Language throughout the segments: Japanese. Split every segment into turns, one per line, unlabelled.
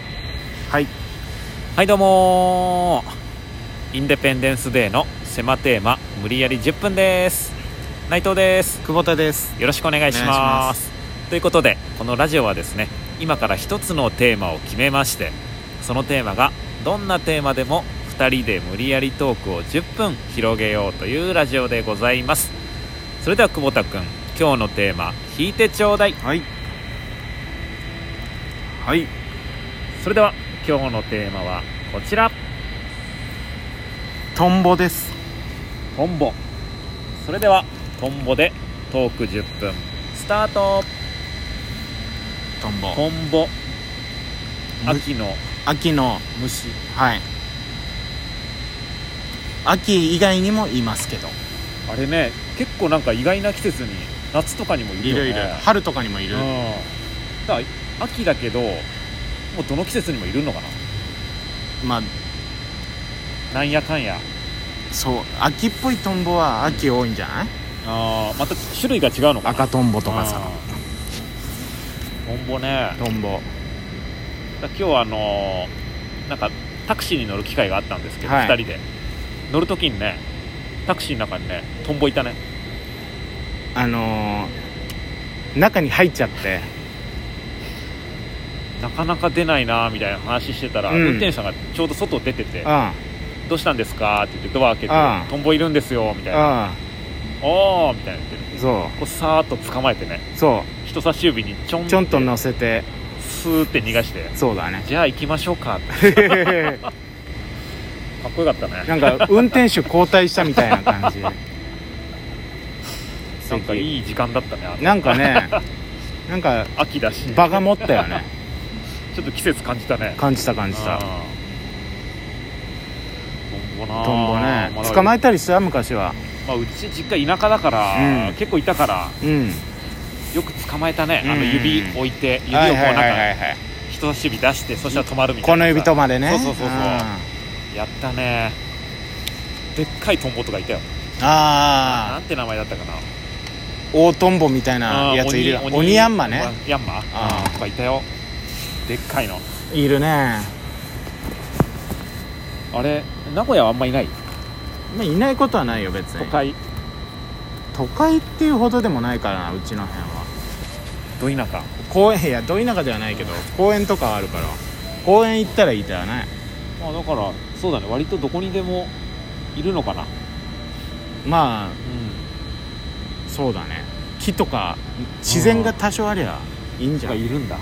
はい
はいどうもーインデペンデンスデーの狭テーマ無理やり10分です内藤です
久保田です
よろしくお願いします
お願いします
ということでこのラジオはですね今から一つのテーマを決めましてそのテーマがどんなテーマでも2人で無理やりトークを10分広げようというラジオでございますそれでは久保田君今日のテーマ「引いてちょうだい
はいはい」
それでは今日のテーマはこちら
トンボです
トンボそれではトンボでトーク10分スタート
トンボ
トンボ
む
秋の
秋の虫はい秋以外にもいますけど
あれね結構なんか意外な季節に夏とかにもい
い
るよね
るいる春とかにもい
うん
る
だから秋だけどもうどの季節にもいるのか
まあ
ななんやかんや
そう秋っぽいトンボは秋多いんじゃない
あーまた種類が違うのかな
赤トンボと
と
かさ
トンボね
トンボ
だ今日あのーなんかタクシーに乗る機会があったんですけど、
はい
2人で乗る時にねタクシーの中にねトンボいたね
あのー中に入っちゃって
なかなか出ないなみたいな話してたら、
うん
運転手さんがちょうど外出てて
うんうん
「どうしたんですか?」って言ってドア開けて
ああ
「トンボいるんですよ」みたいな「おお」みたいな言って
そ
こうさーっと捕まえてね
うそ
人差し指にちょん
うちょんと乗せて
スーって逃がして
そうだ ね
「じゃあ行きましょうか」ってかっこよかったね
なんか運転手交代したみたいな感じ
なんかいい時間だったねあの
なんかねなんか
秋だし
場が持ったよね
ちょっと季節感じたね
感じた感じ
あ
た
ートンボな
トンボね
まあ
捕まえたりした昔は
まあ、うち実家田舎だから、
うん
結構いたから
うん
よく捕まえたね、あの
うん
指置いて指をこ
は
う
いは
ないん
はいは
か
いはい
人差し指出してそしたら止まるみたいな
この指とまでね
そうそうそうそうん
あ
やったねでっかいトンボとかいたよな
あ
んて名前だったかな
大トンボみたいなやついるよ
あー
鬼ヤンマね
鬼ヤンマ
あー
とかいたよでっかいの
いるね
あれ名古屋はあんまいない
まあいないことはないよ別
都
に
会
都会っていうほどでもないからなうちの辺は
ど田舎
公園いやど田舎ではないけど公園とかはあるから公園行ったらいいではない
まあだからそうだね割とどこにでもいるのかな
まあ
うん
そうだね木とか自然が多少ありゃいいんじ
と
ゃ
か
ん
いるんだト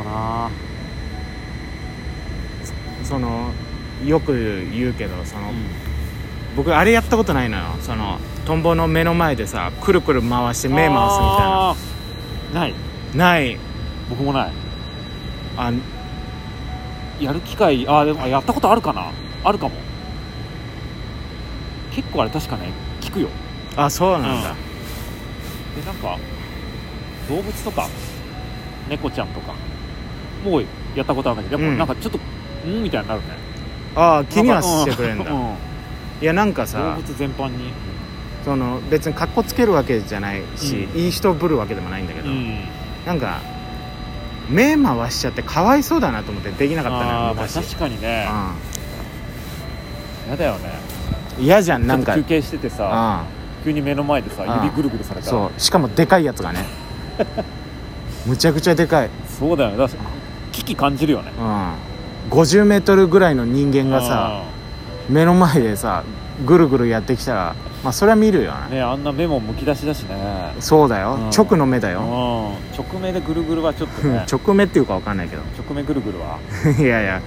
ンボな
そのよく言うけどその、
う
僕あれやったことないのよそのトンボの目の前でさくるくる回して
ん
目回すみたいな
あーない
ない
僕もない
あ
やる機会あーでもあやったことあるかなあるかも結構あれ確かね聞くよ
あそうなんだ、
でなんか動物とか猫ちゃんとかもうやったことあるんだけどやっ
うん
ぱなんかちょっとうんみたいになるね
ああ気にはしてくれんだ、
うんうん
いやなんか
動
さ
物全般に
その別にかっこつけるわけじゃないし、
うん
いい人ぶるわけでもないんだけ
う
ど、
ん
なんか目回しちゃってかわいそうだなと思ってできなかったのよ
あーまあ
昔、
確かにねやだよね
うん嫌じゃん
な
なんん
か
か
休憩しててさ急に目の前でさ
うん
指ぐるぐるされ
うん
たら
そうしかもでかいやつが ねむちゃくちゃでかい
そうだよねだから危機感じるよね
うん、50メートルぐらいの人間がさ目の前でさぐるぐるやってきたらまあそれは見るよ
うん
ね
ねあんな目もむき出しだしね
そうだよ、
うん
直の目だ
うん
よ、
直目でぐるぐるはちょっと
うん
ね
直目っていうかわかんないけど
直目ぐるぐるはい
やいや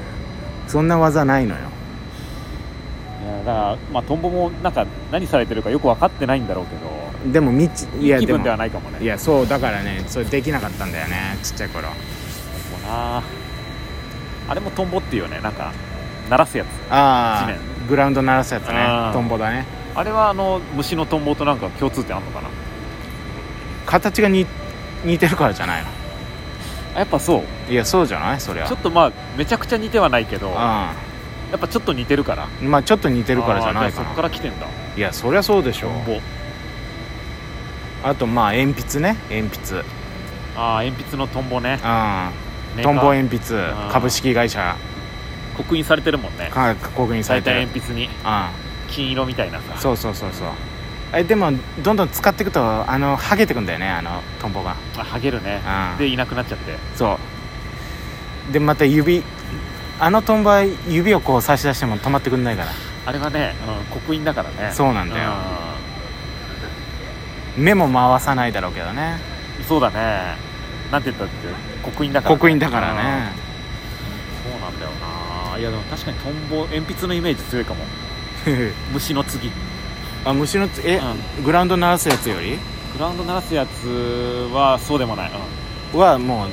そんな技ないのよ
いやだから、まあ、トンボもなんか何されてるかよく分かってないんだろうけど
でもみい
い
や
い気
で
分
も
ではないかもね
いやそうだからねそれできなかったんだよねちっちゃい頃
トンボなあれもトンボっていうよねなんか鳴らすやつ
あ
地
あグラウンド鳴らすやつ
あ
ね
ー
トンボだね
あれはあの虫のトンボとなんか共通点あんのかな
形がに似てるからじゃないの
あやっぱそう
いやそうじゃないそりゃ
ちょっとまあめちゃくちゃ似てはないけどや
あ
っぱちょっと似てるから
あまあちょっと似て
似
るからじゃないか
そっ
な
から来てんだ
いやそりゃそうでし
ト
ょ
ンボ
あとまあ鉛筆ね鉛筆
ああ鉛筆のトンボね
あ
メーカ
トン
ー
ボ鉛筆
あー
株式会社
刻印されてるもんね
が刻印され
大
て
体
る
鉛筆に
あ
金色みたいなさ
そうそうそうそうえでもどんどん使っていくとあの剥げてくんだよねあのトンボが
あはげるね
あ
でいなくなっちゃって
そうでまた指あのトンボは指をこう差し出しても止まってくんないから
あれはね、うん、刻印だからね
そうなんだよ目も回さないだろうけどね
うんそうだねなんて言ったって刻印だから、
刻印だからね
うんそうなんだよないやでも確かにトンボ鉛筆のイメージ強いかも虫の次、うん、
あ虫のつえ、
グ
グラウンド鳴らすやつより
ラウンド鳴らすやつはそうでもない、うん
はもう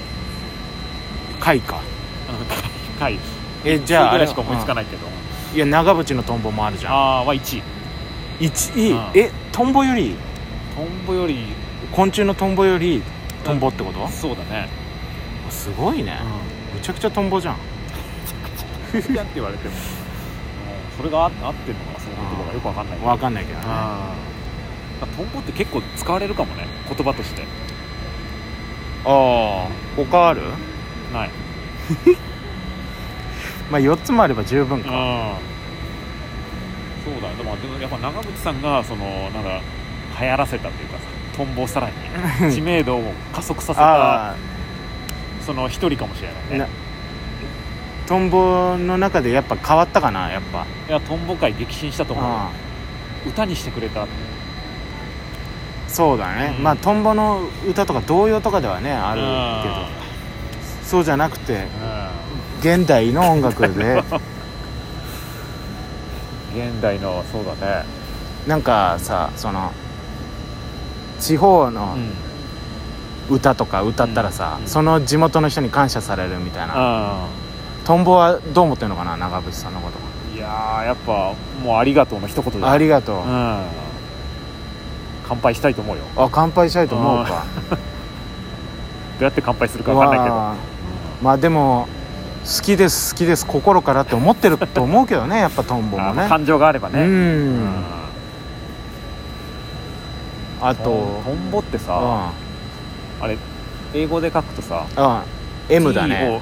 貝か
うん、かい
えじゃあ
ぐらいしか思いつか
ない、
ないけど、
うんいや長渕のトンボもあるじゃん
ああーは1位
1位、
うん
えトンボより
トンボより
昆虫のトンボよりトンボってこと、
そうだね、
すごいね
う、
むちゃくちゃトンボじゃん
ん、って言われてもうんそれが合合ってるのかその言葉がよくわかんないけど
わかんないけどね
あートンボって結構使われるかもね言葉として
ああ他ある
ない
まあ4つもあれば十分か
あそうだでもでもやっぱ長渕さんがそのなんだ流行らせたっていうかさトンボをさら に知名度を加速させた
あ
その一人かもしれない
な
ね
トンボの中でやっぱ変わったかなやっぱ
いやトンボ界激震したと思うよ
あ
歌にしてくれたうん
あそうだね、
うん
まあトンボの歌とか童謡とかではねあるけどそうじゃなくて現代の音楽で
うん現代のそうだね
なんかさその地方の
うん
歌とか歌ったらさ、
うん
その地元の人に感謝されるみたいな
あ
トンボはどう思ってるのかな長渕さんのこと
いやーやっぱもうありがとうの一言だね
ありがとう、
うん乾杯したいと思うよど
あ乾杯したいと思うか
うやって乾杯するか分かんないけど
わあまあでも好きです好きです心からって思ってると思うけどねやっぱトンボ
あ
も
ーまあ
ね
感情があれば
う
ねうん
んあ
ト
と
ントンボって
う
さ
ん
あれ英語で書くとさ
うん M だね
T を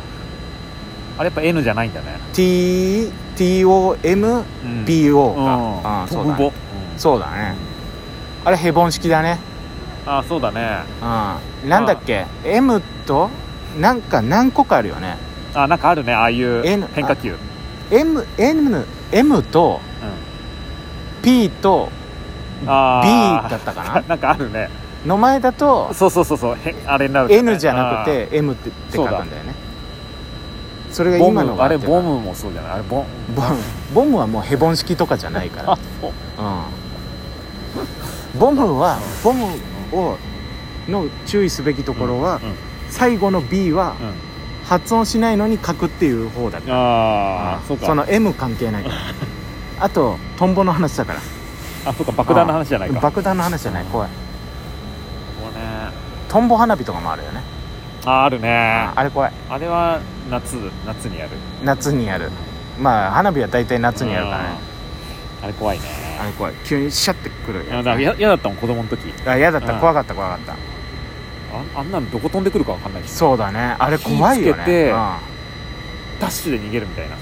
あれやっぱ N じゃないんだね
TOMBO
うん
か
う
うんん
ト
そう
ン
だ
ボ
ねそうだねあれヘボン式だね
あーそうだね
うんなんだっけ M となんか何個かあるよね
あーなんかあるねああいう
N
変化球うん
MNM と P と B
あ
だったか
ー
な
なんかあるね
の前だと
そうそうそうそうへあれになるね
N じゃなくて M ってって書くんだよねそれ
あー
が
ボ
今の
ム
が
あれ
って
ボムもそうじゃないあれボム
ボムボムはもうヘボン式とかじゃないか
あそう
ら、うん、ボムはボムをの注意すべきところは、
うんうん
最後の B は
うん
発音しないのに書くっていう方だから
ああそうか
の M 関係 ないからあとトンボの話だから
あそうか爆弾の話じゃないか
爆弾の話じゃない怖い
もうね
トンボ花火とかもあるよね
ああるねあ
あれ怖い
れは夏夏にやる
夏にやるまあ花火は大体夏にやるからね
あーあれ怖いね
あれ怖い急にシャッてくる
いやだからや嫌だったもん子供の時
あ嫌だった
うん
怖かった怖かった
ああんなのどこ飛んでくるか分かんないし
そうだねあれ怖いよ
火
ね
つけて
う
ダッシュで逃げるみたいなさ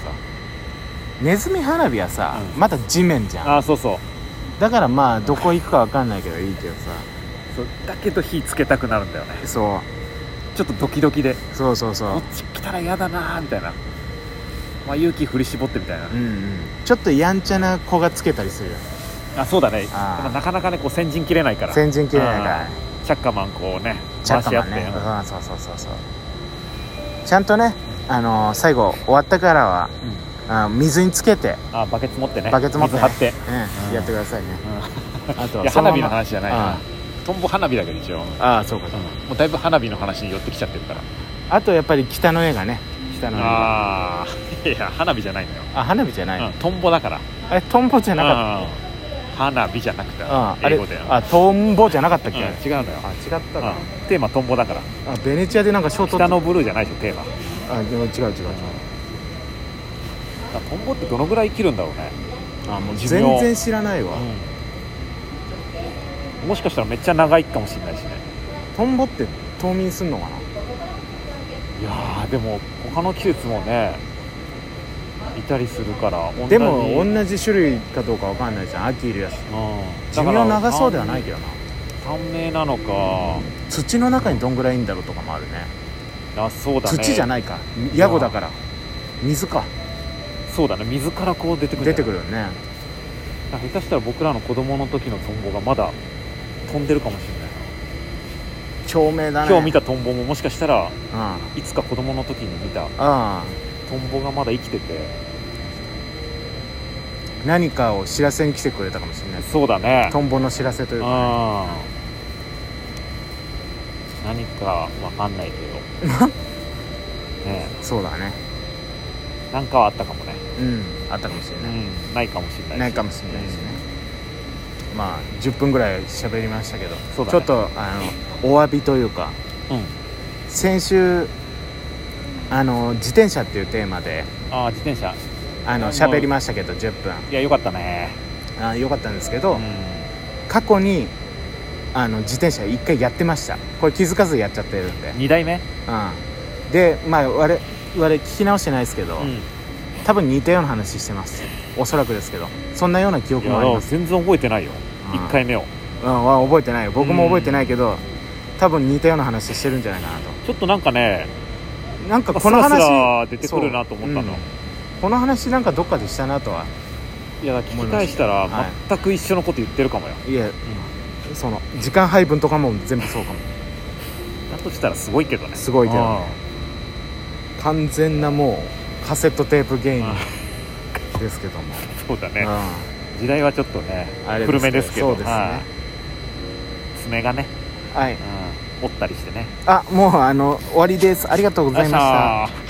んネズミ花火はさ
うん
まだ地面じゃん
ああそうそう
だからまあどこ行くかわかんないけどいいけどさ
そうだけど火つけたくなるんだよね
そ
ちょっとドキドキで
うそうそうそう
こっち来たら嫌だなーみたいなまあ勇気振り絞ってみたいな
うんうんちょっとやんちゃな子がつけたりするよね
あそうだね
あー
なかなかねこう先陣切れないから
先陣切れないから
チャッカマンこうね
チャッ
回
カマ
し合
ン
って、
ねうんそうそうそうそうちゃんとねあのー最後終わったからは
うん
あ水につけて
あバケツ持ってね
バケツ持ってね
水張って、
う
うん
んやってくださいね あと
いや
そのま
花
ま
火の話じゃないな
あ
トンボ花火だけど一応、うん
ああそうかそうか
もうだいぶ花火の話に寄ってきちゃってるから
あとやっぱり北の絵がね北の絵が
あ あいや花火じゃないのよ、
あ花火じゃない、
うんトンボだから
あれトンボじゃなかっ
うん花火じゃなくて
た、ああ
英
れ
語で
あトンボじゃなかったっけ、
うん違うのよ
あ違ったか、
うんテーマトンボだから
あベネチアでなんか賞取った
北のブルーじゃないでしょテーマ
あでも違う違う違う
だからトンボってどのぐらい生きるんだろうね
あもう
寿命
全然知らないわ、
もしかしたらめっちゃ長いかもしれないしね
トンボって冬眠すんのかな
いやーでも他の季節もねいたりするから同じ
でも同じ種類かどうかわかんないじゃん秋いるやつ
うん
寿
だか
命
ら
長そうではないけどな
短命なのか
土の中にどんぐらいいんだろうとかもあるね
あそうだね
土じゃ
い
ないかヤゴだから水か
そうだね水からこう出てくる
出てくる
る
よね
下手したら僕らの子供の時のトンボがまだ飛んでるかもしれない
共鳴だ
な
ね
今日見たトンボももしかしたら
うん
いつか子供の時に見た
ああ
トンボがまだ生きてて
何かを知らせに来てくれたかもしれない
そうだね
トンボの知らせというか
うん何かわかんないけど ね
そうだね
えなんかはあったかもね、
うんあったかもしれない、
うん、ないかもしれないし
ないかもしれないですね、まあ10分ぐらい喋りましたけど、
そうだ
ちょ
ね
っとあのお詫びというか
うん
先週あの自転車っていうテーマで
ああ自転車
あの
うん
喋りましたけど10
いやよかったね
分あよかったんですけ
う
ど、
ん
過去にあの自転車1回やってましたこれ気づかずやっちゃってるんで、
2代目
うん、でまあ我々我々聞き直してないですけど、
うん
多分似たような話してますおそらくですけどそんなような記
い
憶もあり
や
ます
全然覚えてないよ
うん
1回目を
うん、は覚えてないよ僕も覚えてないけど、多分似たような話してるんじゃないかな
ちょっとなんかね
となんか
なんか
この
スラ
話
スラ出てくるなと思った
そうう
の
んこの話なんかどっかでしたなとはい
や聞き返したら
はい
全く一緒のこと言ってるかもよ、
いやその時間配分とかも全部そうかも
だとしたらすごいけどね
すごいけどね
あ
完全なもうカセットテープ芸
ー
人
あ
ですけども、
ーそうだ
う
ね
ん、
時代はちょっとね
あれ
古めですけど
そうですね
はい爪がね、
はい
うん折ったりしてね
あもうあの終わりですありがとうございました
よっしゃー